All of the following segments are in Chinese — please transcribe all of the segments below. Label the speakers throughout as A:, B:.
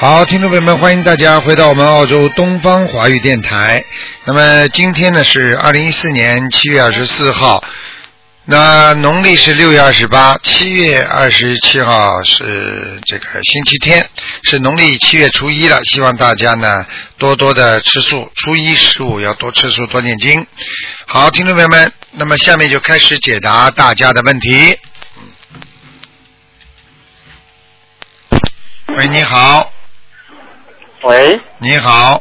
A: 好，听众朋友们，欢迎大家回到我们澳洲东方华语电台。那么今天呢是二零一四年七月二十四号，那农历是六月二十八，七月二十七号是这个星期天，是农历七月初一了。希望大家呢多多的吃素，初一十五要多吃素，多念经。好，听众朋友们，那么下面就开始解答大家的问题。喂，你好，
B: 喂，
A: 你好，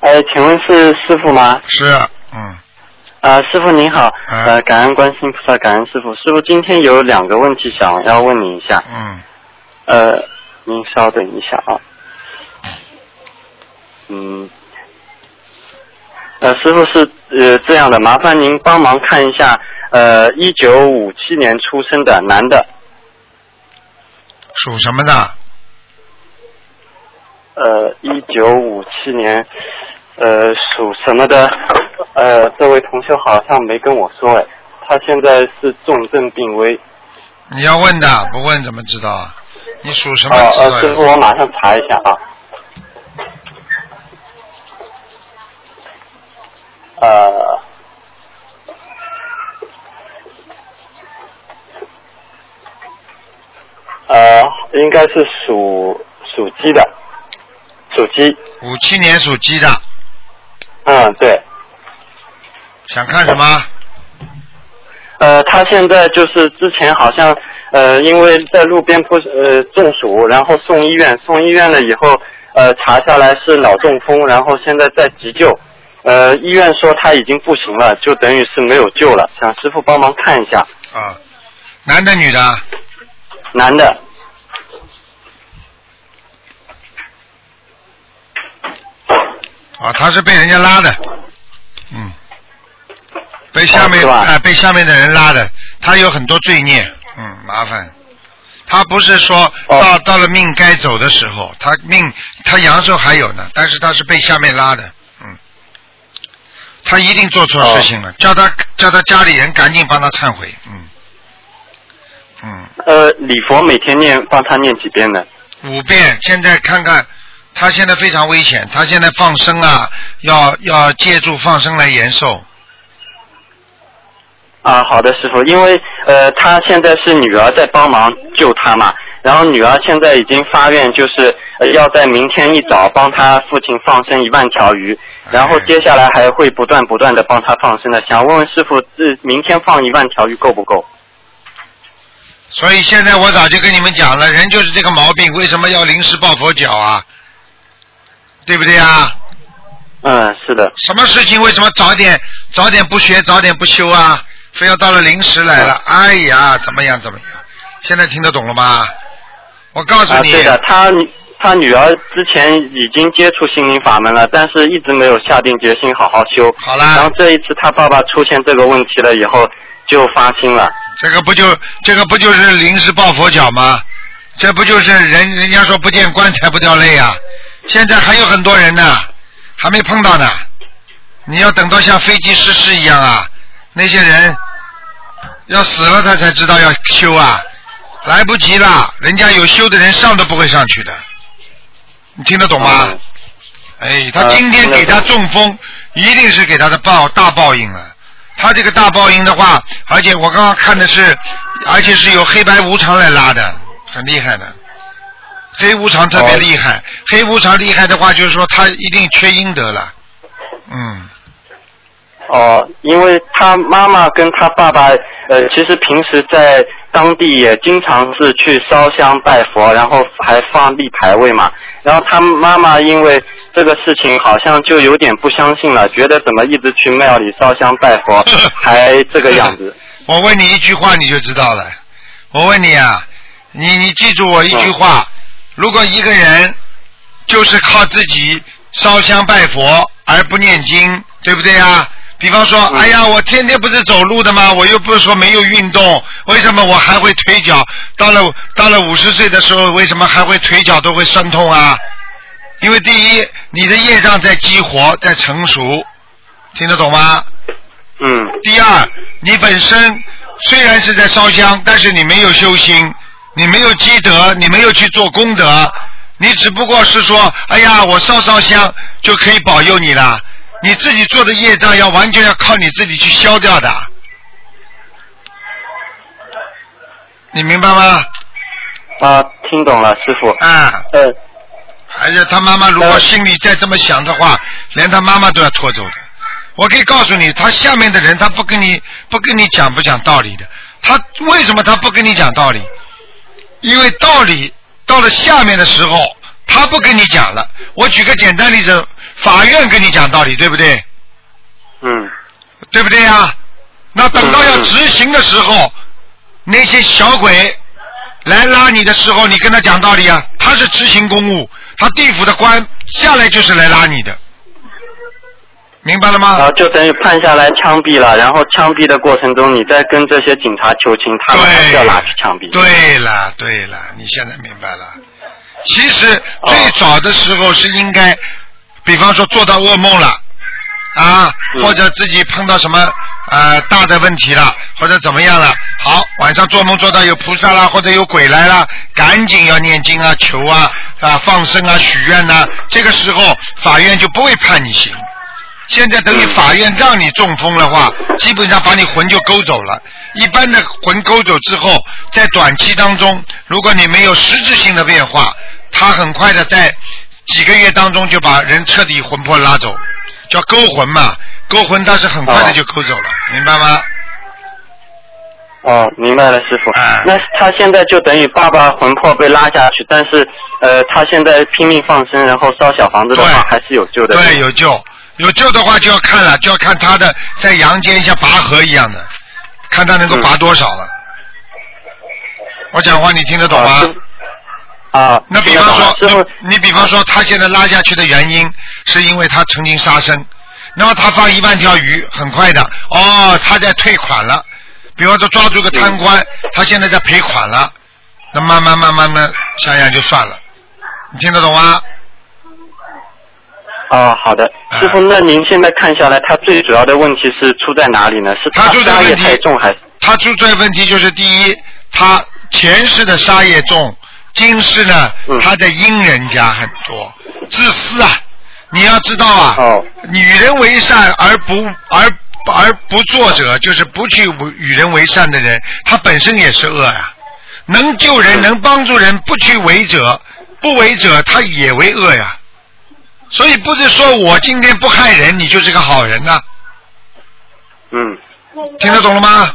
B: 哎，请问是师傅吗？
A: 是，嗯，
B: 啊、师傅您好，
A: 哎
B: 呃，感恩观世音菩萨，感恩师傅。师傅今天有两个问题想要问你一下，
A: 嗯，
B: 呃，您稍等一下啊。嗯，呃，师傅是呃这样的，麻烦您帮忙看一下，呃，一九五七年出生的男的，
A: 属什么的？
B: 呃，一九五七年，呃，属什么的？呃，这位同学好像没跟我说哎，他现在是重症病危。
A: 你要问的，不问怎么知道啊？你属什么
B: 哦、
A: 知
B: 呃，
A: 道
B: 师傅，
A: 呀？
B: 我马上查一下啊。呃，呃，应该是属属鸡的，属鸡。
A: 五七年属鸡的，
B: 嗯，对。
A: 想看什么？
B: 呃，他现在就是之前好像呃，因为在路边不呃中暑，然后送医院，送医院了以后，呃，查下来是脑中风，然后现在在急救。呃，医院说他已经不行了，就等于是没有救了，想师傅帮忙看一下。
A: 啊，男的女的？
B: 男的，
A: 啊，他是被人家拉的，嗯，被下面
B: 哦是吧
A: 哎、被下面的人拉的，他有很多罪孽，嗯，麻烦。他不是说
B: 哦
A: 到、到了命该走的时候，他命他阳寿还有呢，但是他是被下面拉的，嗯，他一定做错
B: 哦
A: 事情了，叫他叫他家里人赶紧帮他忏悔，嗯，嗯，
B: 呃，礼佛每天念，帮他念几遍呢？
A: 五遍，现在看看，他现在非常危险，他现在放生啊，要要借助放生来延寿，
B: 啊，好的，师傅，因为呃，他现在是女儿在帮忙救他嘛，然后女儿现在已经发愿，就是、呃、要在明天一早帮他父亲放生一万条鱼，然后
A: 哎
B: 接下来还会不断不断的帮他放生的。想问问师傅，这明天放一万条鱼够不够？
A: 所以现在我早就跟你们讲了，人就是这个毛病，为什么要临时抱佛脚啊？对不对啊？
B: 嗯，是的，
A: 什么事情为什么早点早点不学，早点不修啊？非要到了临时来了，
B: 嗯
A: 哎呀，怎么样怎么样？现在听得懂了吧？我告诉
B: 啊，
A: 你，
B: 对的，他他女儿之前已经接触心灵法门了，但是一直没有下定决心好好修。
A: 好
B: 然
A: 啦
B: 后，这一次他爸爸出现这个问题了以后，就发心了。
A: 这个不就这个不就是临时抱佛脚吗？这不就是人人家说不见棺材不掉泪啊？现在还有很多人呢，还没碰到呢。你要等到像飞机失事一样啊，那些人要死了他才知道要修啊，来不及了。人家有修的人上都不会上去的，你听得懂吗？
B: 嗯
A: 哎，他
B: 呃
A: 今天
B: 听得
A: 给他
B: 懂
A: 中风，一定是给他的报大报应了。他这个大报应的话，而且我刚刚看的是，而且是由黑白无常来拉的，很厉害的。黑无常特别
B: 哦
A: 厉害，黑无常厉害的话，就是说他一定缺阴德了。嗯，
B: 哦，因为他妈妈跟他爸爸，呃，其实平时在当地也经常是去烧香拜佛，然后还放立牌位嘛。然后他妈妈因为这个事情，好像就有点不相信了，觉得怎么一直去庙里烧香拜佛，还这个样子。
A: 我问你一句话，你就知道了。我问你啊，你你记住我一句话：如果一个人就是靠自己烧香拜佛而不念经，对不对啊？比方说，
B: 嗯
A: 哎呀，我天天不是走路的吗？我又不是说没有运动，为什么我还会腿脚？到了到了五十岁的时候，为什么还会腿脚都会酸痛啊？因为第一，你的业障在激活，在成熟，听得懂吗？
B: 嗯，
A: 第二，你本身虽然是在烧香，但是你没有修心，你没有积德，你没有去做功德，你只不过是说，哎呀，我烧烧香就可以保佑你了。你自己做的业障要完全要靠你自己去消掉的，你明白吗？
B: 啊，听懂了，师傅。
A: 啊，
B: 呃，
A: 而且他妈妈如果
B: 呃
A: 心里再这么想的话，连他妈妈都要拖走的。我可以告诉你，他下面的人他不跟你不跟你讲不讲道理的，他为什么他不跟你讲道理？因为道理到了下面的时候，他不跟你讲了。我举个简单例子，法院跟你讲道理，对不对？
B: 嗯，
A: 对不对呀、那等到要执行的时候，那些小鬼来拉你的时候，你跟他讲道理啊，他是执行公务，他地府的官下来就是来拉你的，明白了
B: 然
A: 吗
B: 后？啊就等于判下来枪毙了，然后枪毙的过程中，你再跟这些警察求情，他们还是要拿去枪毙。
A: 对了，对了，你现在明白了。其实
B: 哦
A: 最早的时候是应该，比方说做到噩梦了啊，
B: 嗯
A: 或者自己碰到什么呃大的问题了，或者怎么样了，好，晚上做梦做到有菩萨啦，或者有鬼来啦，赶紧要念经啊、求啊、啊放生啊、许愿呐、这个时候法院就不会判你刑。现在等于法院让你中风的话，基本上把你魂就勾走了。一般的魂勾走之后，在短期当中，如果你没有实质性的变化，它很快的在几个月当中就把人彻底魂魄拉走，叫勾魂嘛。勾魂它是很快的就勾走了，明白吗？
B: 哦，明白了，师傅。
A: 哎
B: 那他现在就等于爸爸魂魄被拉下去，但是呃，他现在拼命放生，然后烧小房子的话，
A: 对
B: 还是有救的。
A: 对，有救，有救的话就要看了，就要看他的在阳间像拔河一样的，看他能够拔多少了。我讲话你听得懂吗？
B: 啊师啊，
A: 那比
B: 听得
A: 方
B: 懂了
A: 说，
B: 师傅，
A: 你你比方说，他现在拉下去的原因，是因为他曾经杀生，那么他放一万条鱼，很快的，哦，他在退款了。比方说抓住个贪官，
B: 嗯
A: 他现在在赔款了，那慢慢慢慢慢想想就算了，你听得懂吗？
B: 哦，好的，
A: 哎
B: 师傅，那您现在看下来，他最主要的问题是出在哪里呢？是
A: 他出在
B: 杀
A: 问
B: 业
A: 题
B: 太重还是？
A: 他出这问题就是第一，他前世的杀业重，今世呢
B: 嗯
A: 他在阴人家很多，自私啊！你要知道啊，
B: 哦
A: 与人为善而不而而不做者，就是不去与人为善的人，他本身也是恶啊。能救人、
B: 嗯
A: 能帮助人，不去为者，不为者他也为恶呀、所以不是说我今天不害人，你就是个好人呐、
B: 嗯
A: 听得懂了吗？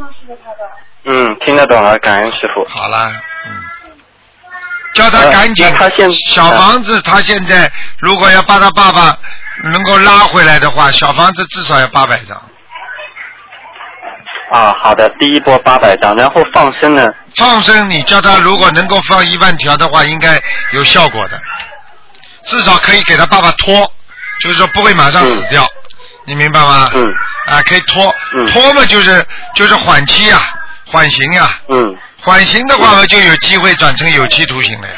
B: 嗯，听得懂了，感恩师傅。
A: 好啦，嗯，叫他赶紧。
B: 呃那他现
A: 小房子，他现在如果要把他爸爸能够拉回来的话，小房子至少要八百张。
B: 啊，好的，第一波八百张，然后放生呢？
A: 放生，你叫他如果能够放一万条的话，应该有效果的，至少可以给他爸爸拖，就是说不会马上死掉，你明白吗？
B: 嗯。
A: 啊，可以拖，
B: 嗯
A: 拖嘛就是就是缓期呀、缓刑呀、
B: 嗯，
A: 缓刑的话就有机会转成有期徒刑了呀，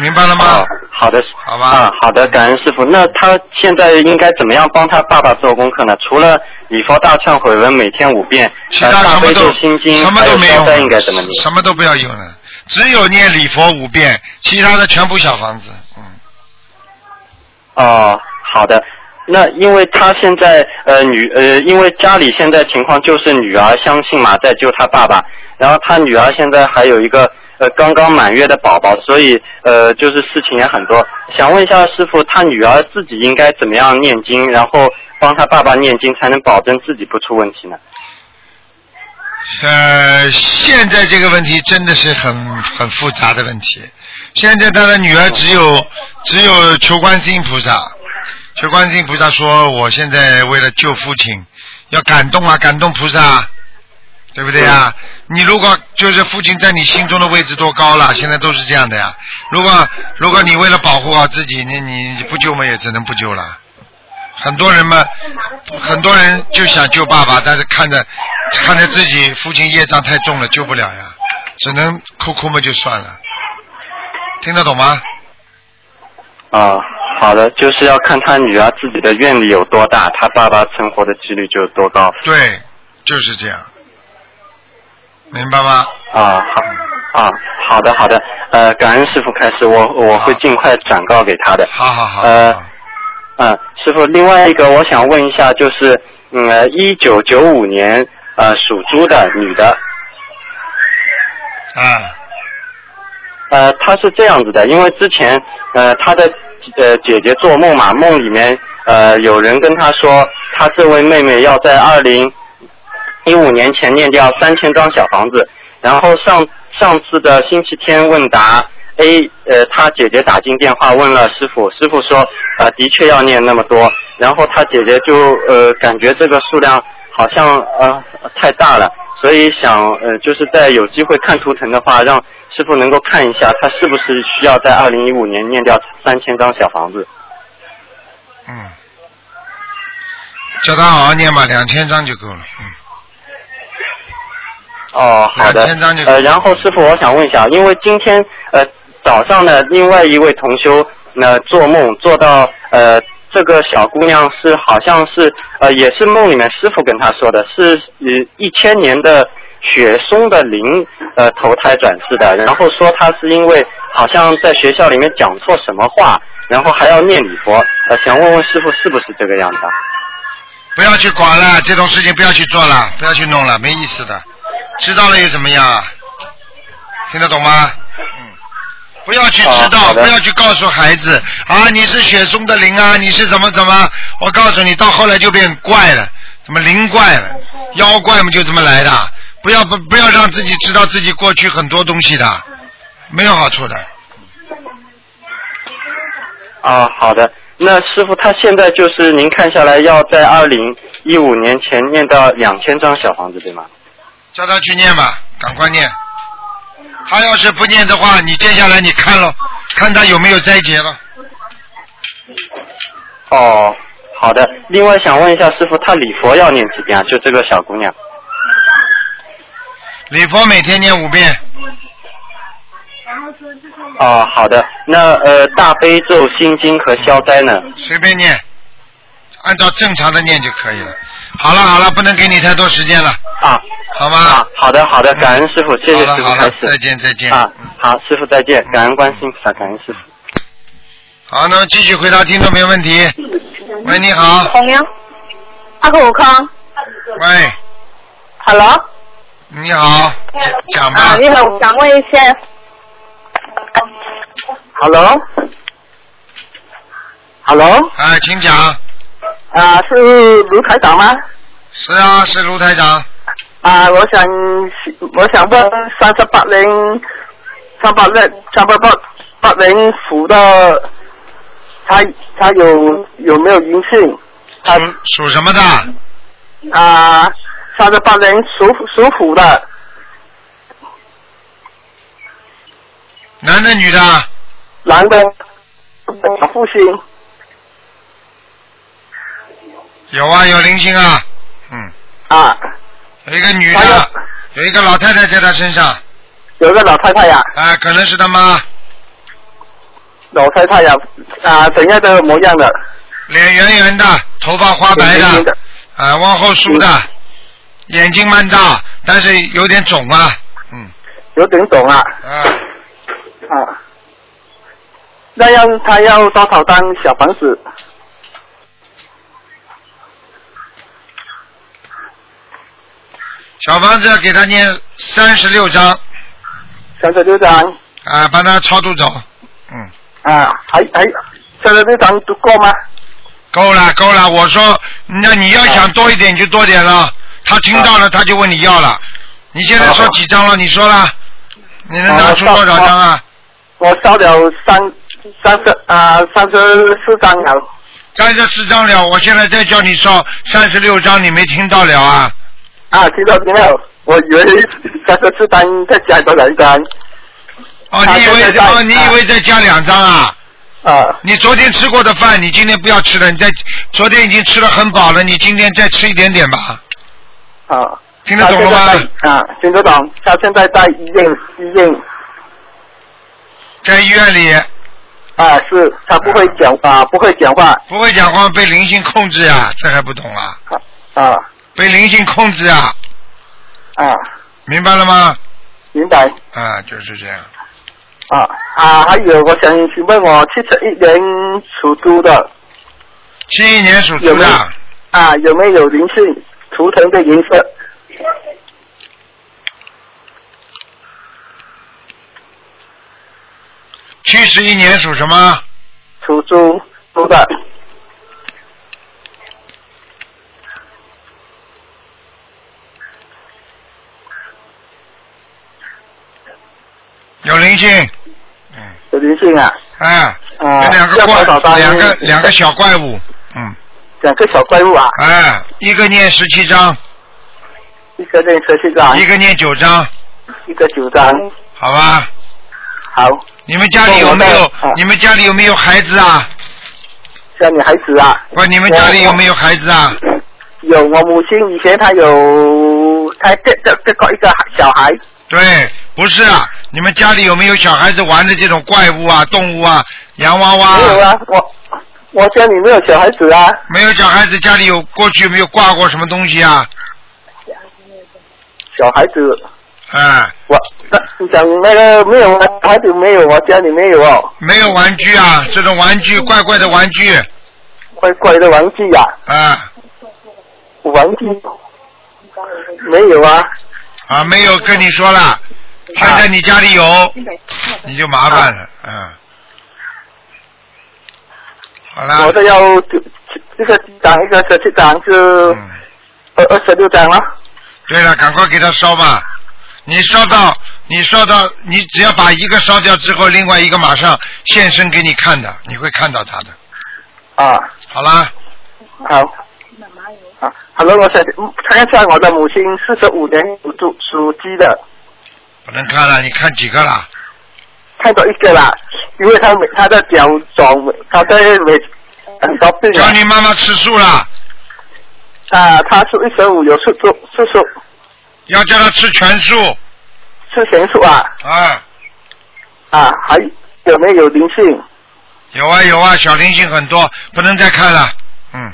A: 明白了吗
B: 啊？，好的，
A: 好吧
B: 啊，好的，感恩师傅。那他现在应该怎么样帮他爸爸做功课呢？除了礼佛大忏悔文每天五遍，
A: 其
B: 呃
A: 他
B: 大
A: 什么
B: 悲咒
A: 都
B: 心经，
A: 什么
B: 还
A: 都
B: 有
A: 没
B: 消
A: 用
B: 灾应该怎么念？
A: 什么都不要用了，只有念礼佛五遍，其他的全部小房子，嗯。
B: 哦，好的。那因为他现在呃女呃，因为家里现在情况就是女儿相信嘛，在救他爸爸，然后他女儿现在还有一个呃刚刚满月的宝宝，所以呃就是事情也很多。想问一下师傅，他女儿自己应该怎么样念经，然后帮他爸爸念经，才能保证自己不出问题呢？
A: 呃，现在这个问题真的是很很复杂的问题。现在他的女儿只有只有求观世音菩萨，求观世音菩萨说，我现在为了救父亲，要感动啊，感动菩萨，对不对啊？你如果就是父亲在你心中的位置多高了，现在都是这样的呀。如果如果你为了保护好自己，你你你不救嘛，也只能不救了。很多人嘛，很多人就想救爸爸，但是看着看着自己父亲业障太重了，救不了呀，只能哭哭嘛就算了。听得懂吗？
B: 啊、好的，就是要看他女儿自己的愿力有多大，他爸爸存活的几率就有多高。
A: 对，就是这样，明白吗？
B: 啊，好，啊，好的好的，呃，感恩师傅开始，我我会尽快转告给他的。
A: 好好好。
B: 呃
A: 好
B: 嗯、师傅，另外一个我想问一下，就是嗯，一九九五年呃属猪的女的，
A: 啊，
B: 呃，她是这样子的，因为之前呃她的呃姐姐做梦嘛，梦里面呃有人跟她说，她这位妹妹要在二零一五年前念掉三千张小房子，然后上上次的星期天问答。A 呃，她姐姐打进电话问了师傅，师傅说呃的确要念那么多，然后她姐姐就呃感觉这个数量好像呃太大了，所以想呃就是在有机会看图腾的话，让师傅能够看一下她是不是需要在二零一五年念掉三千张小房子。
A: 嗯，叫他好好念吧，两千张就够了。嗯，
B: 哦，好的
A: 2000张就。可以
B: 呃，然后师傅，我想问一下，因为今天呃早上呢，另外一位同修呢做梦做到呃这个小姑娘是好像是呃也是梦里面师傅跟她说的，是呃一千年的雪松的灵呃投胎转世的，然后说她是因为好像在学校里面讲错什么话，然后还要念礼佛，呃想问问师傅是不是这个样子啊？
A: 不要去管了，这种事情不要去做了，不要去弄了，没意思的。知道了又怎么样啊？听得懂吗？嗯，不要去知
B: 哦
A: 道，
B: 好的
A: 不要去告诉孩子啊，你是雪松的灵啊，你是怎么怎么？我告诉你，到后来就变怪了，怎么灵怪了，妖怪嘛就这么来的。不要不不要让自己知道自己过去很多东西的，没有好处的。
B: 啊，好的。那师傅，他现在就是您看下来要在二零一五年前念到两千张小房子，对吗？
A: 叫他去念吧，赶快念。他要是不念的话，你接下来你看咯，看他有没有灾劫了。
B: 哦，好的。另外想问一下师傅，他礼佛要念几遍啊？就这个小姑娘。
A: 礼佛每天念五遍，
B: 哦，好的。那呃，大悲咒、心经和消灾呢？
A: 随便念，按照正常的念就可以了。好了好了，不能给你太多时间了，
B: 啊
A: 好吗？
B: 啊，好的好的，感恩师傅，谢谢
A: 嗯好
B: 师
A: 了
B: 傅
A: 好
B: 开
A: 了，
B: 始。
A: 再见再见。
B: 啊，好，师傅再见，感恩观世音菩萨，感恩师傅。
A: 好，那么继续回答听众朋友问题。喂，你好，
C: 红呀，
D: 啊
C: 阿克武康
A: 喂，
C: ，Hello，
A: 你好，讲吧
C: 啊，，一会儿我想问一下，Hello，Hello，
A: 哎，请讲。
C: 啊，是卢台长吗？
A: 是啊，是卢台长，
C: 啊，我想我想问三十八零三八六三八八八零属的，他他有有没有灵性？他
A: 属属什么的？
C: 啊，三十八零属属虎的
A: 男的女的？
C: 男的，父亲。
A: 有啊，有灵性啊，嗯，
C: 啊，
A: 有一个女
C: 还
A: 的
C: 有，
A: 有一个老太太在她身上，
C: 有个老太太呀、
A: 啊，可能是她妈，
C: 老太太呀、啊，怎样的模样的？
A: 脸圆圆的，头发花白
C: 有名
A: 的
C: 的，
A: 啊，往后梳的，眼睛蛮大，但是有点肿啊，嗯，
C: 有点懂啊
A: 啊，
C: 啊。那样他要多少张小房子？
A: 小房子给她念三十六章，
C: 三十六张
A: 啊，帮她超度走，嗯，
C: 啊，还还三十六张足够吗？
A: 够了够了，我说，那你要想多一点就多点了，她听到了她就问你要了，你现在说几张了？你说了，你能拿出多少张啊？
C: 我烧了三三十啊三十四张了
A: 三十四张了，我现在再叫你烧三十六张，你没听到了啊？
C: 啊，听到听到，我以为三十四张再加多两张
A: 哦，
C: 啊
A: 你以为
C: 对对对
A: 哦，你以为再加两张啊？
C: 啊
A: 你昨天吃过的饭，你今天不要吃了，你再昨天已经吃了很饱了，你今天再吃一点点吧。
C: 啊。
A: 听得懂了
C: 他
A: 吗
C: 现？在在啊，听得懂。他现在在医院医院
A: 在医院里
C: 啊，是他不会讲啊，不会讲话
A: 不会讲话，被灵性控制呀、这还不懂啊？
C: 啊
A: 被灵性控制啊，
C: 啊
A: 明白了吗？
C: 明白。
A: 啊，就是这样。
C: 啊啊，还有我想请问我七十一年属猪的
A: 七一年属
C: 有
A: 猪
C: 没有
A: 的，
C: 啊有没有灵性？图腾的颜色
A: 七十一年属什么？
C: 属猪猪的
A: 有灵性。嗯，
C: 有灵性啊
A: 哎，
C: 啊
A: 有两个
C: 要多
A: 怪，
C: 少张
A: 两个两个小怪物。嗯，
C: 两个小怪物啊，
A: 哎，一个念十七章，
C: 一个练车去张，
A: 一个念九章，
C: 一个九张，
A: 好吧？
C: 好，
A: 你们家里有没
C: 那我
A: 有
C: 再啊？
A: 你们家里有没有孩子啊？
C: 像你孩子啊。
A: 不，你们家里有没有孩子啊？
C: 有，我母亲以前她有，她这这这个一个小孩，
A: 对，不是啊，你们家里有没有小孩子玩的这种怪物啊、动物啊、洋娃娃、
C: 没有啊，我我家里没有小孩子啊，
A: 没有小孩子家里有过去有没有挂过什么东西啊？
C: 小孩子，
A: 哎，
C: 我那你想那个没有啊，小孩子没有，我家里没有哦，
A: 没有玩具啊，这种玩具怪怪的玩具
C: 怪怪的玩具啊，
A: 啊
C: 玩具没有啊，
A: 啊，没有跟你说了，现在你家里有，你就麻烦了，嗯。好
C: 我
A: 了，
C: 都要一个长一个十七长是
A: 嗯，
C: 二二十六张了，
A: 对了，赶快给他烧吧。你烧到，你烧到，你只要把一个烧掉之后，另外一个马上现身给你看的，你会看到他的。
C: 啊，
A: 好啦，
C: 好。啊，Hello，我想看一下我的母亲，四十五年属猪属鸡的，
A: 不能看了，你看几个了？
C: 看到一个啦，因为他每他的脚肿，他在每很多病
A: 叫
C: 啊
A: 你妈妈吃素了，
C: 啊，他是一十五有四周四周
A: 要叫她吃全素
C: 四前数啊
A: 啊。
C: 啊，还有没有灵性
A: 有啊有啊，小灵性很多，不能再看了。嗯，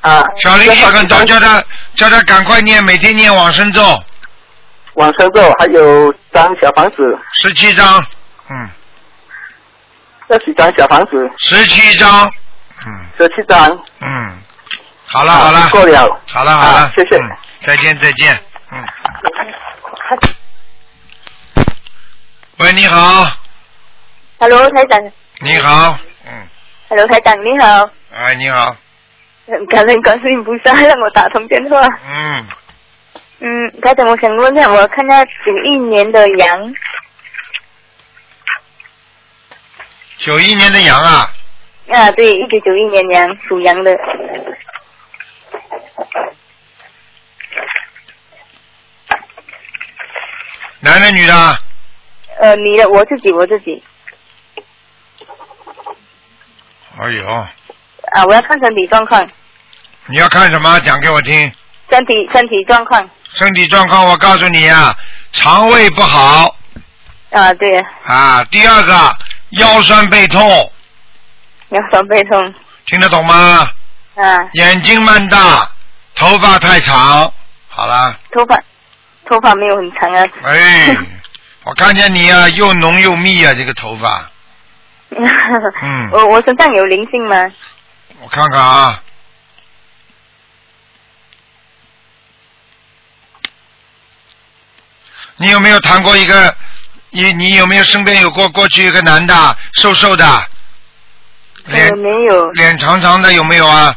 C: 啊？
A: 小灵性很多，
C: 然后
A: 叫她叫她赶快念，每天念往生咒
C: 往生咒，还有张小房子，
A: 十七章，嗯，
C: 要几张小房子？
A: 十七章，嗯
C: 十七张。啊
A: 嗯，好了好了，
C: 过了。
A: 好了好了
C: 啊，谢谢
A: 嗯再见再见，嗯。喂，你好，
D: Hello，台长
A: 你好，嗯，
D: ，Hello，台长，你好，嗯
A: 哎，你好，
D: 很感恩观世音菩萨让我打通电话。
A: 嗯，
D: 嗯，台长，我想问一下，我看到九一年的羊，
A: 九一年的羊啊，
D: 啊，对，一九九一年羊，属羊的，
A: 男的女的啊？
D: 呃，你的，我自己，我自己，
A: 哎呦，
D: 啊，我要看身体状况，
A: 你要看什么？讲给我听。
D: 身体身体状况，
A: 身体状况，我告诉你啊，肠胃不好
D: 啊，对，
A: 啊。第二个，腰酸背痛，
D: 腰酸背痛，
A: 听得懂吗？
D: 啊，
A: 眼睛蛮大，头发太长。好了，
D: 头发头发没有很长啊，
A: 哎，我看见你啊，又浓又密啊，这个头发。嗯
D: 我我身上有灵性吗？
A: 我看看啊，你有没有谈过一个？你你有没有身边有过过去一个男的，瘦瘦的，脸
D: 呃，没有，
A: 脸长长的，有没有啊？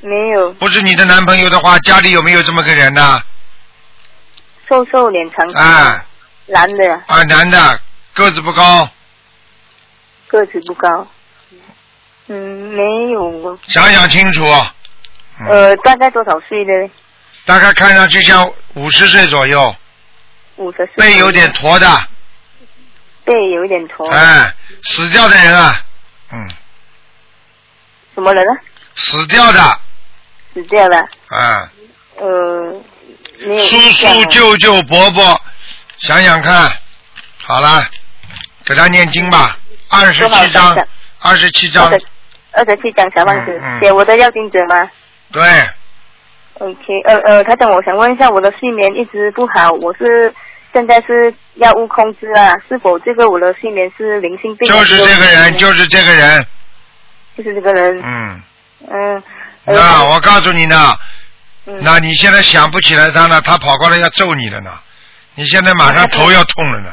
D: 没有，
A: 不是你的男朋友的话，家里有没有这么个人呢？
D: 瘦瘦脸长，
A: 啊
D: 男的，
A: 啊，男的，个子不高，
D: 个子不高。嗯，没有，
A: 想想清楚，嗯
D: 呃，大概多少岁的？
A: 大概看上去像五十岁左右，
D: 五十岁。
A: 背有点，驼的，
D: 背有点驼。
A: 哎，死掉的人啊，嗯。
D: 什么人啊？
A: 死掉的，
D: 死掉了。
A: 啊，
D: 呃，没有啊
A: 叔
D: 印象
A: 叔
D: 了。
A: 舅舅伯伯，想想看，好了，给他念经吧，二十
D: 多少
A: 七章
D: 张，
A: 二十七章
D: 二，十二十七张小房子
A: 嗯嗯，
D: 写我的要经者吗
A: 对，
D: ？OK，呃呃，他长，我想问一下，我的睡眠一直不好，我是现在是药物控制啊，是否这个我的睡眠是灵性病？啊
A: 就是这个人，就是这个人，
D: 就是这个人，
A: 嗯，
D: 嗯，呃
A: 那我告诉你呢，
D: 嗯
A: 那你现在想不起来他呢，他跑过来要揍你了呢，你现在马上头要痛了呢，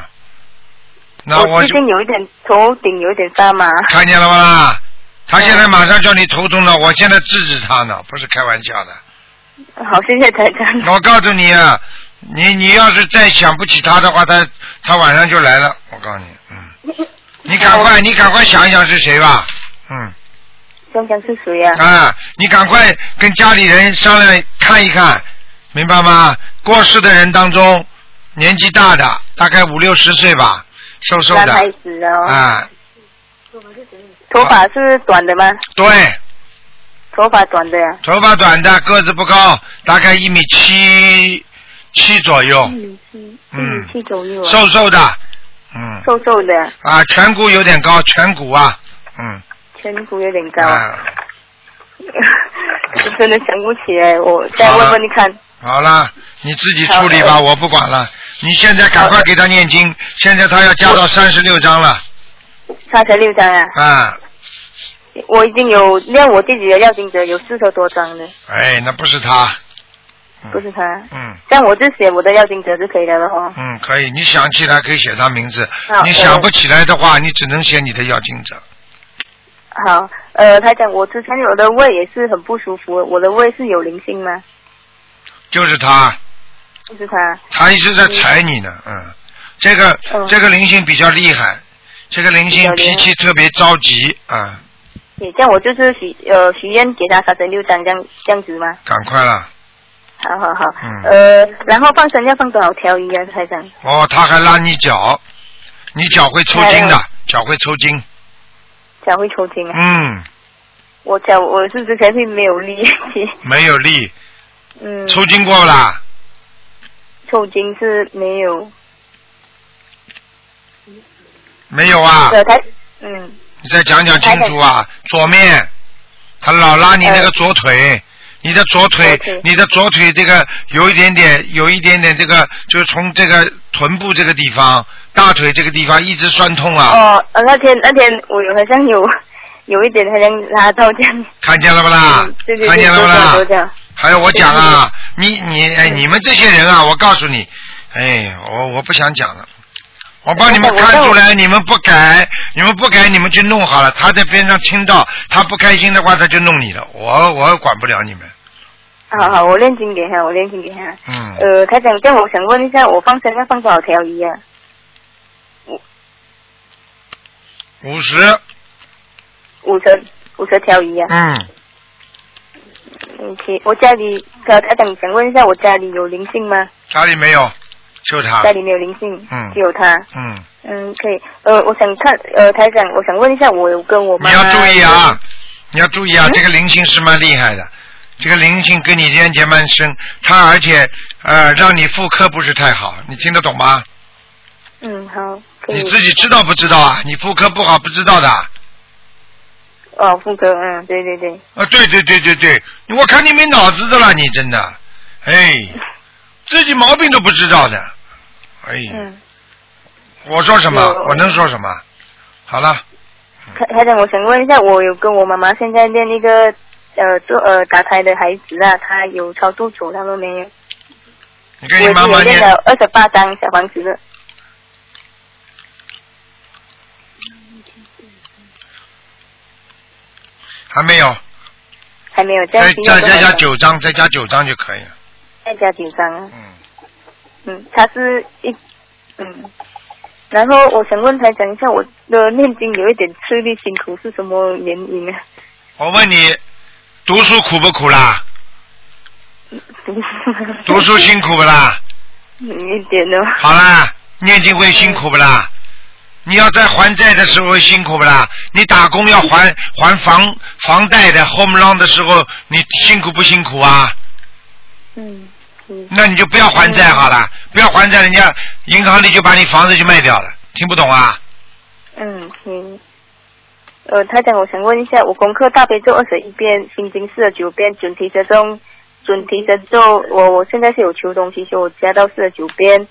A: 那
D: 我
A: 我
D: 最
A: 就
D: 近有一点头顶有一点发麻，
A: 看见了吧啦？他现在马上叫你头痛了，我现在制止他呢，不是开玩笑的。
D: 好，谢谢台长。
A: 我告诉你啊，你你要是再想不起他的话，他他晚上就来了。我告诉你，嗯，你赶快你赶快想一想是谁吧，嗯
D: 想想是谁呀、
A: 啊，你赶快跟家里人商量看一看，明白吗？过世的人当中，年纪大的大概五六十岁吧，瘦瘦
D: 男孩
A: 的
D: 子哦，
A: 啊，
D: 头发是短的吗？
A: 对，
D: 头发短的呀、
A: 头发短的，个子不高，大概一米七七左右，
D: 米七，一
A: 嗯
D: 米七左右啊，
A: 瘦瘦的，嗯。
D: 瘦瘦的，
A: 啊，颧骨有点高，颧骨啊，嗯，
D: 颧骨有点高，
A: 啊，
D: 我真的想不起来，我再问问你看。
A: 好了，你自己处理吧，
D: 好
A: 我不管了。你现在赶快给他念经，现在他要加到三十六章了，
D: 他才六张啊！
A: 啊，
D: 我已经有练我自己的药精者有四十多张了，
A: 哎，那不是他，嗯
D: 不是他。
A: 嗯
D: 这样我就写我的药精者就可以了了哈。
A: 嗯，可以，你想起来可以写他名字
D: 好，
A: 你想不起来的话，你只能写你的要经者。
D: 好，呃，他讲我之前有的胃也是很不舒服，我的胃是有灵性吗？
A: 就是他，
D: 就是他，
A: 他一直在踩你呢，嗯，这个
D: 嗯
A: 这个灵性比较厉害，这个灵
D: 比较
A: 性
D: 厉害
A: 脾气特别着急啊，
D: 也这样我就是许呃许愿给他三十六张这样这样子吗？
A: 赶快了。
D: 好好好，
A: 嗯
D: 呃，然后放生要放多少条鱼啊，台长？
A: 哦，他还拉你脚，你脚会抽筋的
D: 哎，
A: 脚会抽筋。
D: 才会抽筋啊！
A: 嗯，
D: 我讲我是之前是没有力气，
A: 没有力，
D: 嗯，
A: 抽筋过啦。
D: 抽筋是没有，
A: 没有啊？
D: 呃，台，嗯，
A: 你再讲讲清楚啊！左面，他老拉你那个左腿，你的左腿
D: 嗯左腿，
A: 你的左腿这个有一点点，有一点点这个，就是从这个臀部这个地方，大腿这个地方一直酸痛啊，
D: 哦，呃，那天那天我有好像有有一点好像拉到这样，
A: 看见了不啦
D: 嗯，对？对
A: 啊看
D: 对，
A: 见了
D: 多
A: 不啦？
D: 讲多讲，
A: 还有我讲啊，你你哎，你们这些人啊，我告诉你，哎，我我不想讲了，我帮你们看出来，你们不改，你们不改，你们去弄好了。他在边上听到，他不开心的话，他就弄你了，我我管不了你们，
D: 好好，我练经给他，我练经给他。
A: 嗯，
D: 呃，台长，这样我想问一下，我放生要放多少条鱼啊？
A: 五十，
D: 五十五十条鱼啊。
A: 嗯，
D: OK，我家里，呃，台长想问一下，我家里有灵性吗？
A: 家里没有，就他
D: 家，里没有灵性，
A: 啊嗯
D: 只有他。
A: 嗯，
D: 嗯，可以。呃，我想看，呃，台长，我想问一下，我有跟我
A: 你
D: 妈
A: 要
D: 妈。
A: 注意啊，你要注意啊，
D: 嗯
A: 这个灵性是蛮厉害的。这个灵性跟你冤结蛮深，他而且呃让你妇科不是太好，你听得懂吗？
D: 嗯，好，可
A: 你
D: 以。
A: 自己知道不知道啊？你妇科不好不知道的啊？
D: 哦，妇科，嗯，对对对，
A: 啊对对对对对，我看你没脑子的了，你真的，哎，自己毛病都不知道的，哎，
D: 嗯。
A: 我说什么？
D: 有
A: 我能说什么？好了，
D: 台台长，我想问一下，我有跟我妈妈现在练那个呃做呃打胎的孩子啊，她有超度走他们没有？
A: 你
D: 我
A: 跟你
D: 已
A: 妈
D: 经
A: 妈
D: 有练
A: 念
D: 了二十八张小房子了。
A: 还没有，
D: 还没有，这样
A: 再
D: 需要
A: 再
D: 多
A: 再
D: 少
A: 加
D: 张，
A: 九张，再加九张就可以了。
D: 再加九张啊。
A: 嗯，
D: 嗯，他是一嗯，然后我想问台长一下，我的念经有一点吃力辛苦是什么原因啊？
A: 我问你，读书苦不苦啦？
D: 读
A: 读书辛苦不啦？
D: 一点的，
A: 好啦，念经会辛苦不啦？你要在还债的时候会辛苦不啦？你打工要还还房房贷的 home loan 的时候，你辛苦不辛苦啊？
D: 嗯嗯，
A: 那你就不要还债好了，不要还债，人家银行里就把你房子就卖掉了，听不懂啊？
D: 嗯行。呃，台长，我想问一下，我功课大悲咒二十一遍，心经四十九遍，准提神咒，准提神咒，我我现在是有求东西，所以我加到四十九遍。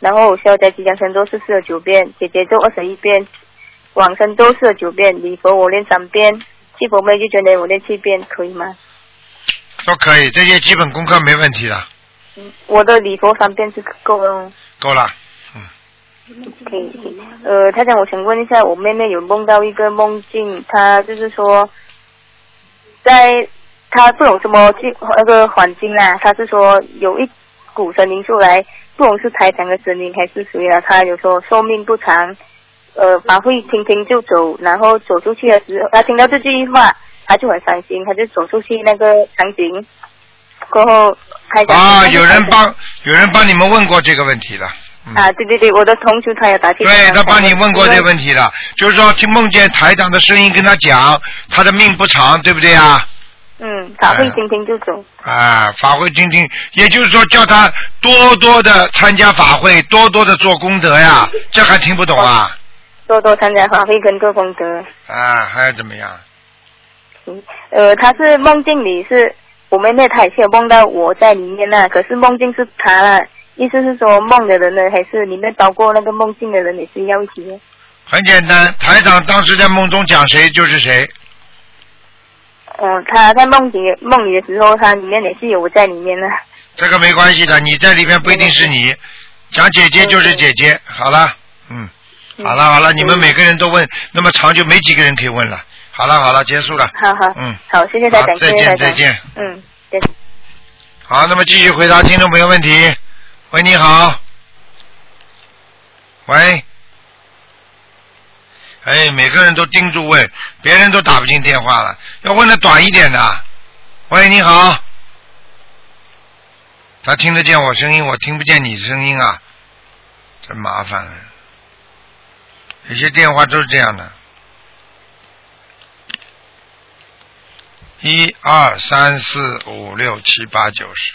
D: 然后消灾吉祥神咒是四十九遍，姐姐咒二十一遍，往生咒四十九遍，礼佛我念三遍，七佛妹就觉得我念七遍，可以吗？
A: 都可以，这些基本功课没问题的，
D: 嗯，我的礼佛三遍是够了哦。
A: 够了。
D: 可以，可以呃，台长，我想问一下，我妹妹有梦到一个梦境，她就是说，在她不懂什么境那个环境啦，她是说有一股神灵出来，不懂是台长的神灵还是谁啊？她有说寿命不长，呃，法会听听就走，然后走出去的时候，她听到这句话，她就很伤心，她就走出去那个场景，过后台长
A: 啊，有人帮有人帮你们问过这个问题了。嗯
D: 啊，对对对，我的同学他也打电话，
A: 对他帮你问过这个
D: 问
A: 问题了，就是说听梦见台长的声音跟他讲，他的命不长，对不对啊？
D: 嗯，法会听听就走。
A: 啊，法会听听，也就是说叫他多多的参加法会，多多的做功德呀，这还听不懂啊？
D: 多多参加法会跟做功德。
A: 啊，还要怎么样？
D: 呃，他是梦境里是我妹妹，她也是有梦到我在里面啦、可是梦境是她啦，意思是说梦的人呢，还是里面包括那个梦境的人也是要一起的。
A: 很简单，台长当时在梦中讲谁就是谁，
D: 嗯、她在梦里梦里的时候，她里面也是有我在里面的。
A: 这个没关系的，你在里面不一定是你，讲姐姐就是姐姐，好了，嗯，
D: 嗯
A: 好了好了，你们每个人都问，那么长就没几个人可以问了，好了好了，结束了，
D: 好好，
A: 嗯，
D: 好，谢谢台
A: 好
D: 长，谢
A: 再
D: 谢台
A: 见
D: 长，
A: 再见，
D: 嗯，对。
A: 好，那么继续回答听众朋友问题，喂，你好，喂。哎，每个人都盯住问，别人都打不进电话了，要问的短一点的。喂，你好，他听得见我声音，我听不见你声音啊，真麻烦了。有些电话都是这样的。一二三四五六七八九十，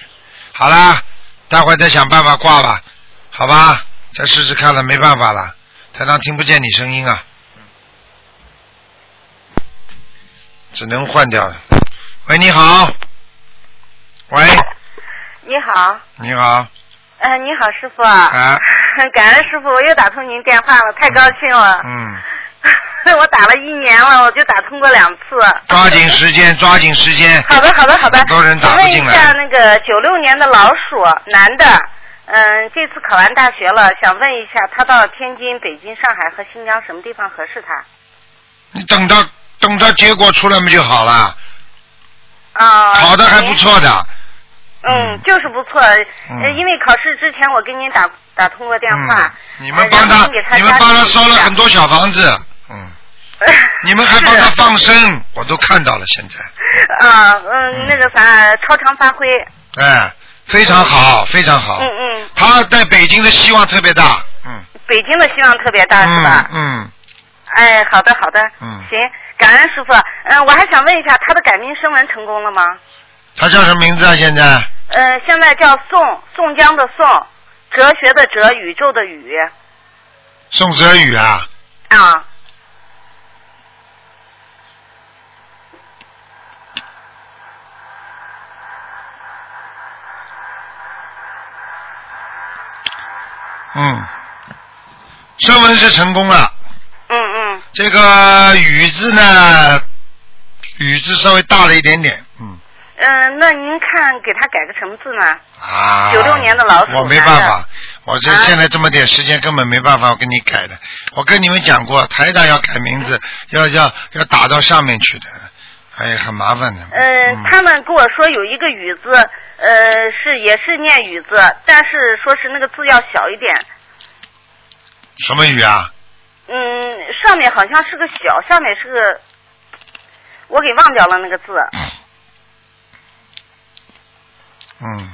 A: 好啦，待会儿再想办法挂吧，好吧？再试试看了，没办法了，台上听不见你声音啊，只能换掉了。喂，你好，喂，
E: 你好，
A: 你好，
E: 嗯、你好，师傅。
A: 啊
E: 感恩师傅，我又打通您电话了，太高兴了。
A: 嗯，
E: 我打了一年了，我就打通过两次。
A: 抓紧时间，抓紧时间，
E: 好的，好的，好的。
A: 很多人打不进来
E: 请问一下，那个九六年的老鼠男的，嗯，这次考完大学了，想问一下，他到天津、北京、上海和新疆什么地方合适他？
A: 你等到等到结果出来不就好了？
E: 啊、
A: 考的还不错
E: 嗯
A: 的，嗯，
E: 就是不错。
A: 嗯
E: 呃因为考试之前我跟您打打通过电话，
A: 嗯，你们
E: 呃
A: 帮
E: 然后
A: 他
E: 您给，他
A: 你们
E: 加
A: 帮他
E: 紧一
A: 烧了
E: 下
A: 很多小房子，嗯，你们还帮他放生，我都看到了，现在，
E: 啊，嗯，那个啥，超常发挥，
A: 哎，非常好，非常好
E: 嗯，嗯，
A: 他在北京的希望特别大，嗯，
E: 北京的希望特别大，是
A: 嗯
E: 吧？
A: 嗯，
E: 哎，好的好的，
A: 嗯
E: 行，感恩师傅。嗯，我还想问一下，他的改名声纹成功了吗？
A: 他叫什么名字啊？现在
E: 呃，现在叫宋宋江的宋，哲学的哲，宇宙的宇，
A: 宋泽宇啊，
E: 啊，
A: 嗯，声纹是成功了，
E: 嗯嗯，
A: 这个宇字呢，宇字稍微大了一点点，嗯。
E: 嗯、那您看给他改个什么字呢？嗯
A: 啊，
E: 96年的老鼠
A: 我没办
E: 男
A: 法，我这
E: 啊
A: 现在这么点时间根本没办法，我给你改的。我跟你们讲过，台长要改名字，要要要打到上面去的，哎，很麻烦的。
E: 呃，
A: 嗯
E: 他们跟我说有一个雨字，呃，是也是念雨字，但是说是那个字要小一点，
A: 什么雨啊？
E: 嗯，上面好像是个小，下面是个，我给忘掉了那个字。
A: 嗯，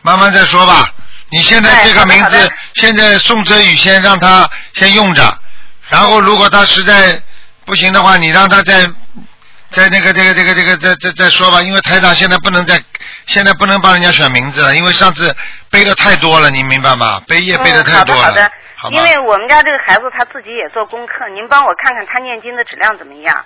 A: 慢慢再说吧。你现在
E: 哎
A: 这个
E: 好的
A: 名
E: 好
A: 字
E: 的，
A: 现在宋哲宇先让他先用着，然后如果他实在不行的话，你让他再再那个这个这个这个再再再说吧，因为台长现在不能再现在不能帮人家选名字了，因为上次背的太多了，你明白吗？背页背
E: 嗯，
A: 太
E: 好
A: 多
E: 的
A: 了，
E: 好的，
A: 好吧
E: 因？为我们家这个孩子他自己也做功课，您帮我看看他念经的质量怎么样。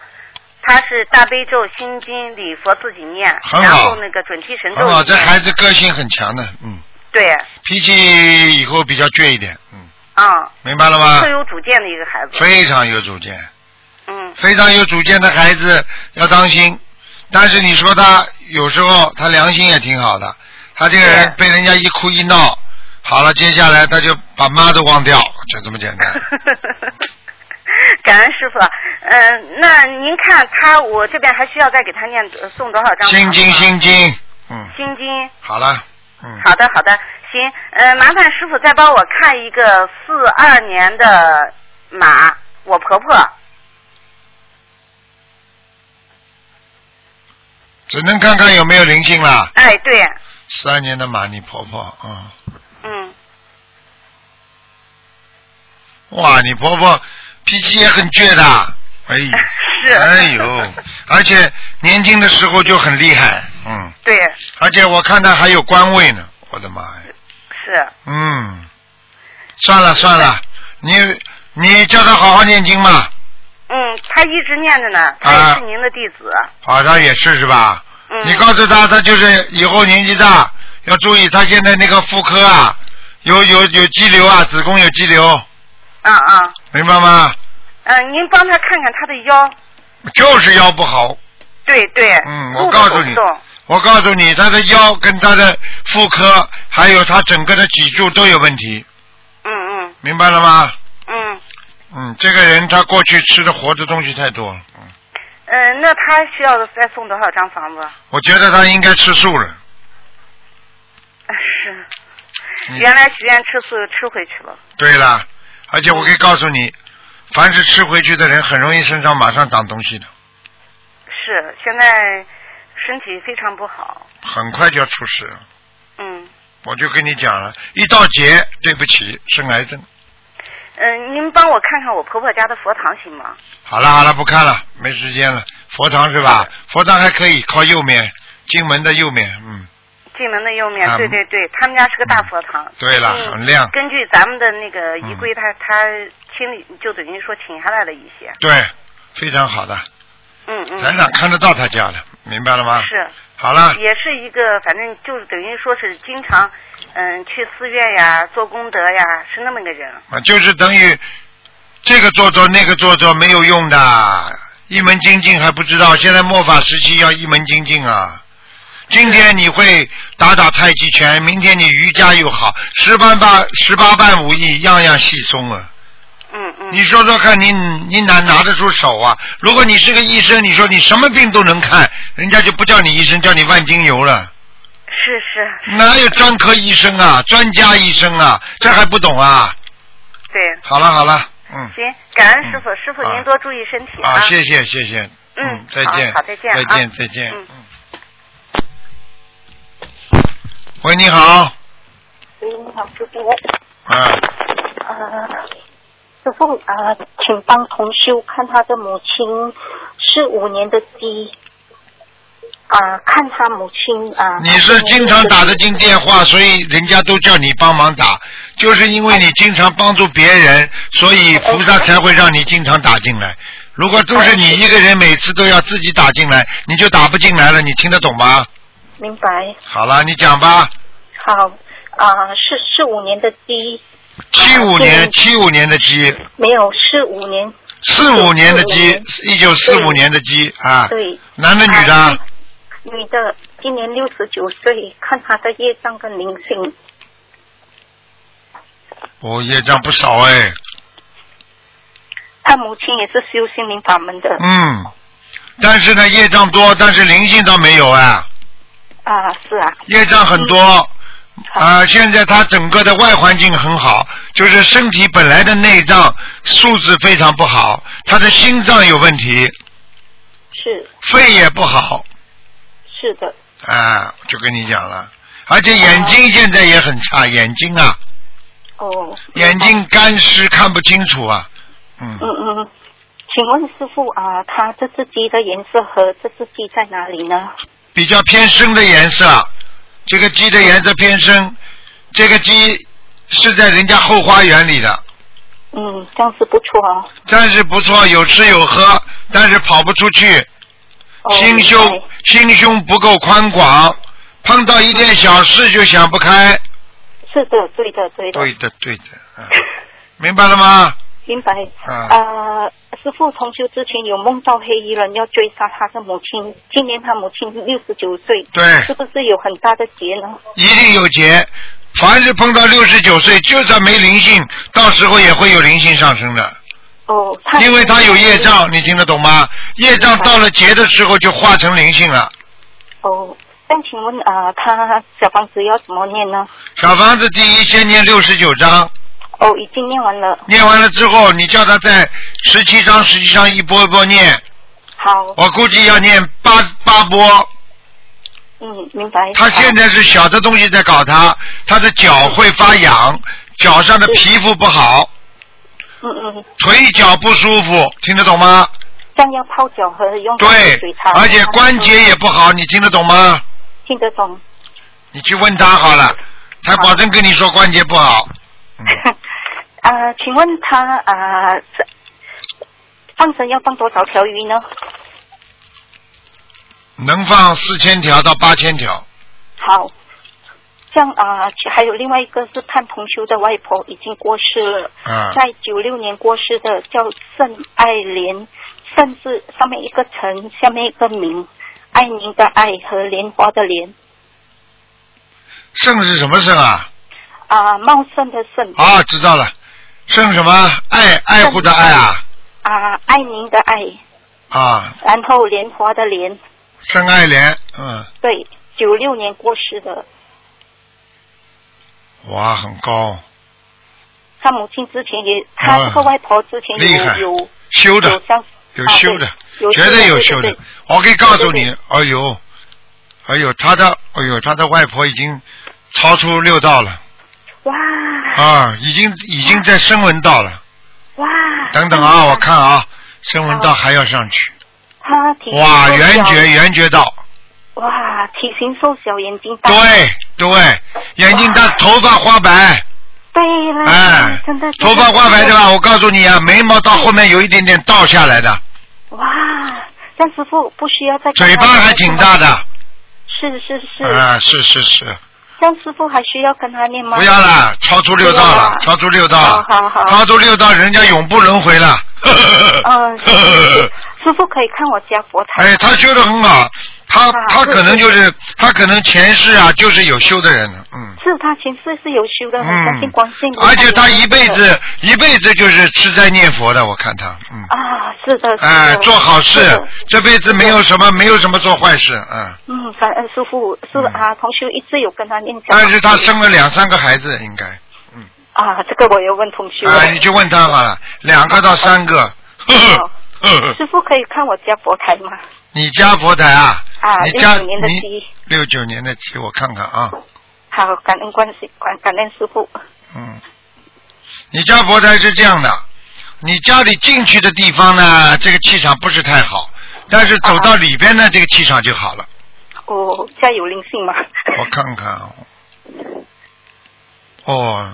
E: 他是大悲咒、心经、礼佛自己念，
A: 很
E: 然
A: 好
E: 后那个准提神咒
A: 很好，
E: 也
A: 这
E: 念
A: 孩子个性很强的，嗯，
E: 对，啊
D: 对，
A: 脾气以后比较倔一点，嗯，
D: 嗯，
A: 明白了吗
D: 特？有主见的一个孩子，
A: 非常有主见，
D: 嗯，
A: 非常有主见的孩子要当心。但是你说他有时候他良心也挺好的，他这个人被人家一哭一闹，好了，接下来他就把妈都忘掉，就这么简 单。
D: 感恩师傅。嗯、
E: 呃
D: 那您看他，我这边还需要再给他念呃送多少张？
A: 心经，。心经，嗯，
D: 心经。
A: 好了，嗯，
D: 好的，好的，行。嗯、麻烦师傅再帮我看一个四二年的马，我婆婆。
A: 只能看看有没有灵性啦。
D: 哎，对，
A: 十二年的马，你婆婆，嗯，
D: 嗯，
A: 哇，你婆婆脾气也很倔的，哎，
D: 是
A: 哎呦，而且年轻的时候就很厉害，嗯，
D: 对，
A: 而且我看她还有官位呢，我的妈呀，
D: 是，
A: 嗯，算了算了，你你叫她好好念经嘛，
D: 嗯，她一直念着呢，她
A: 啊
D: 也是您的弟子。
A: 好，她也是是吧？
D: 嗯，
A: 你告诉她，她就是以后年纪大要注意，她现在那个妇科啊，有有有肌瘤啊，子宫有肌瘤，
D: 啊啊，
A: 明白吗？
D: 嗯，您帮她看看她的腰。
A: 就是腰不好，
D: 对对。
A: 嗯我
D: 动都
A: 告诉
D: 不
A: 你
D: 动
A: 我告诉你，他的腰跟他的妇科，还有他整个的脊柱都有问题，
D: 嗯嗯
A: 明白了吗？
D: 嗯，
A: 嗯，这个人他过去吃的活的东西太多了，嗯，
D: 呃，那她需要再送多少张房子？
A: 我觉得他应该吃素了。
D: 是，
A: 你
D: 原来许愿吃素吃回去了。
A: 对了，而且我可以告诉你，凡是吃回去的人，很容易身上马上长东西的，
D: 是，现在身体非常不好。
A: 很快就要出事了。
D: 嗯
A: 我就跟你讲了，一到节，对不起，生癌症。
D: 嗯、您帮我看看我婆婆家的佛堂行吗？
A: 好了好了，不看了，没时间了。佛堂是吧？佛堂还可以，靠右面，进门的右面，嗯。
D: 进门的右面，
A: 啊
D: 对对对，他们家是个大佛堂。
A: 嗯对了，
D: 嗯
A: 很亮。
D: 根据咱们的那个
A: 嗯
D: 仪规，他他清理就等于说请下来了一些。
A: 对，非常好的，
D: 嗯嗯。
A: 咱俩看得到他家的，明白了吗？
D: 是，嗯
A: 好了，
D: 也是一个，反正就是等于说是经常，嗯，去寺院呀，做功德呀，是那么个人。
A: 啊，就是等于这个做做那个做做没有用的，一门精进还不知道。现在末法时期要一门精进啊。今天你会打打太极拳，明天你瑜伽又好，十般八十八般武艺，样样细松啊。
D: 嗯嗯。
A: 你说说看你，你哪拿得出手啊？如果你是个医生，你说你什么病都能看，人家就不叫你医生，叫你万金油了。
D: 是是，
A: 哪有专科医生啊，专家医生啊，这还不懂啊？
D: 对。
A: 好了好了，嗯，
D: 行，感恩师傅，师傅
A: 啊
D: 您多注意身体
A: 啊，谢谢谢谢，
D: 嗯
A: 再见，
D: 好好再见
A: 再见
D: 啊
A: 再见
D: 嗯，
A: 嗯喂，你好，
F: 喂，你好，师傅。
A: 啊，
F: 呃，师傅啊、呃请帮同修看他的母亲是五年的鸡。啊、看他母亲啊、呃
A: 你是经常打得进电话，所以人家都叫你帮忙打，就是因为你经常帮助别人，所以菩萨才会让你经常打进来。如果都是你一个人每次都要自己打进来，你就打不进来了，你听得懂吗？
F: 明白？
A: 好了，你讲吧。
F: 好啊、呃是是五年的鸡，
A: 七五年，
F: 嗯
A: 七五年的鸡，
F: 没有是五年
A: 四五年的鸡，一九四五
F: 对
A: 年的鸡啊，
F: 对
A: 男的女的
F: 啊，女的，今年六十九岁，看她的业障跟灵性。
A: 哦，业障不少哎，
F: 她母亲也是修心灵法门的
A: 嗯，但是呢，业障多，但是灵性倒没有啊，
F: 啊、是啊，
A: 业障很多。啊，现在他整个的外环境很好，就是身体本来的内脏素质非常不好，他的心脏有问题，
F: 是
A: 肺也不好，
F: 是的，
A: 啊，就跟你讲了，而且眼睛现在也很差，眼睛啊，
F: 哦，
A: 眼睛干湿看不清楚啊。嗯，
F: 嗯嗯，嗯，请问师傅啊，它这只鸡的颜色和这只鸡在哪里呢？
A: 比较偏深的颜色，这个鸡的颜色偏深，这个鸡是在人家后花园里的，
F: 嗯，这样子不错啊。
A: 但是不错，有吃有喝，但是跑不出去，
F: 哦、
A: 心
F: 明
A: 胸
F: 白
A: 心胸不够宽广，碰到一点小事就想不开，
F: 是的，对的，对的，
A: 对的对的，啊，明白了吗？
F: 明白。
A: 啊，
F: 呃，师傅同修之前有梦到黑衣人要追杀他的母亲，今年他母亲六十九岁，
A: 对
F: 是，不是有很大的劫呢？
A: 一定有劫。凡是碰到六十九岁，就算没灵性，到时候也会有灵性上升的，
F: 哦，他
A: 因为他有业。障，你听得懂吗？业障到了劫的时候就化成灵性了。
F: 哦，但请问啊、呃他小房子要怎么念呢？
A: 小房子第一先念六十九章，
F: 哦，已经念完了。
A: 念完了之后，你叫他在十七章、十七章一波一波念，
F: 好，
A: 我估计要念八八波。
F: 嗯，明白。
A: 他现在是小的东西在搞他，他的脚会发痒，脚上的皮肤不好，
F: 嗯嗯，
A: 腿脚不舒服，听得懂吗？
F: 这样要泡脚和用
A: 对
F: 水擦，，
A: 而且关节也不好，你听得懂吗？
F: 嗯听得懂。
A: 你去问他好了，他
F: 好
A: 保证跟你说关节不好。嗯
F: 啊，请问他啊，是放生要放多少条鱼呢？
A: 能放四千条到八千条，
F: 好，像啊、其还有另外一个是潘同修的外婆已经过世了，
A: 啊、
F: 在九六年过世的叫盛爱莲，盛是上面一个陈，下面一个明，爱您的爱和莲花的莲
A: 肾是什么肾啊？
F: 啊、茂盛的盛
A: 啊，知道了，肾什么？爱爱护的爱啊
F: 啊、爱您的爱，
A: 啊，
F: 然后莲花的莲，
A: 肾爱莲，嗯，
F: 对，九六年过世的。
A: 哇，很高，
F: 他母亲之前也，
A: 啊
F: 他这个外婆之前
A: 厉害
F: 有有
A: 修的
F: 有相
A: 有修的
F: 啊，对
A: 绝对有修
F: 修的对对
A: 的
F: 对。
A: 我可以告诉你
F: 对，
A: 哎呦，哎呦，他的，哎呦，他的外婆已经超出六道了
F: 哇
A: 啊，已经已经在声闻道了。
F: 哇！
A: 等等
F: 嗯
A: 啊，我看啊，声闻道还要上去，
F: 他啊体型
A: 哇，
F: 瘦小
A: 圆觉圆觉道，
F: 哇，体型瘦小，眼睛大，
A: 对对，眼睛大，头发花白，
F: 对了，
A: 哎
F: 嗯真的，
A: 头发花白对
F: 的
A: 吧？？我告诉你啊，眉毛到后面有一点点倒下来的，
F: 嗯哇，但师傅不需要再看
A: 嘴巴
F: 他
A: 还挺大的，
F: 是是是，
A: 啊，是是是，
F: 但师傅还需要跟他念吗？
A: 不要啦，超出六道
F: 不要
A: 了
F: 啦，
A: 超出六道了，
F: 好好好
A: 超出六道，人家永不轮回了。
F: 嗯，是是是师傅可以看我家佛台。
A: 哎，他修的很好，他
F: 啊
A: 他
F: 是
A: 可能
F: 是
A: 就是他可能前世啊就是有修的人了，嗯。
F: 是他前世是有修的，很相信
A: 嗯
F: 光信，。
A: 而且他一辈子一辈子就是吃斋念佛的，我看他，嗯，
F: 啊，是的，是的
A: 哎，做好事
F: 是的，
A: 这辈子没有什么没有什么做坏事，嗯，
F: 嗯，感恩师傅是
A: 嗯
F: 啊，同修一直有跟他念小房子。
A: 但是他生了两三个孩子，应该，
F: 啊，这个我有问同修了。
A: 啊，你去问他好了，两个到三个，呵呵
F: 哦
A: 呵呵，
F: 师傅可以看我家佛台吗？
A: 你家佛台啊，
F: 啊，
A: 你
F: 六
A: 家
F: 九年的
A: 你
F: 鸡。
A: 六九年的鸡，我看看啊，
F: 好，感恩关系，感感恩师傅。
A: 嗯，你家佛台是这样的，你家里进去的地方呢，这个气场不是太好，但是走
F: 啊
A: 到里边呢，这个气场就好了。
F: 我、哦家有灵性吗？
A: 我看看啊，哦，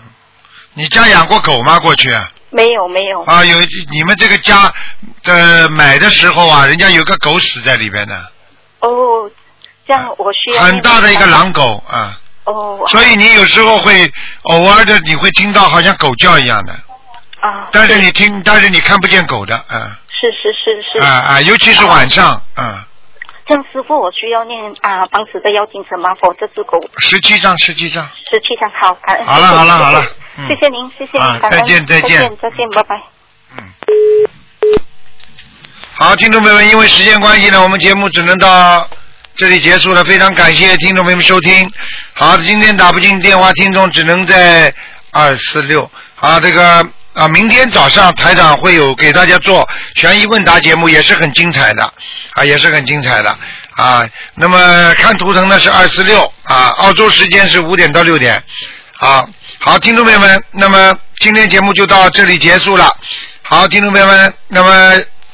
A: 你家养过狗吗？过去啊，
F: 没有没有。
A: 有你们这个家的买的时候啊，人家有个狗死在里边的，
F: 哦，这样我需要
A: 很大的一个
F: 念吗。
A: 狼狗啊，
F: 哦，
A: 所以你有时候会偶尔的你会听到好像狗叫一样的，
F: 啊，
A: 但是你听，但是你看不见狗的，啊
F: 是是是是，
A: 啊啊，尤其是晚上，啊，
F: 这样师傅我需要念啊，帮死的妖精神吗？佛这只狗
A: 十七张，十七张，
F: 十七张好，感恩师
A: 好
F: 父。
A: 了好了好了
F: 谢谢
A: 嗯
F: 谢谢您，谢谢
A: 啊
F: 您，感恩
A: 再见再
F: 再
A: 见
F: 见，再见，拜拜。
A: 好，听众朋友们，因为时间关系呢，我们节目只能到这里结束了。非常感谢听众朋友们收听。好，今天打不进电话，听众只能在二四六。啊，这个啊，明天早上台长会有给大家做悬疑问答节目，也是很精彩的，啊，也是很精彩的。啊，那么看图腾呢是二四六啊，澳洲时间是五点到六点。好，好，听众朋友们，那么今天节目就到这里结束了。好，听众朋友们，那么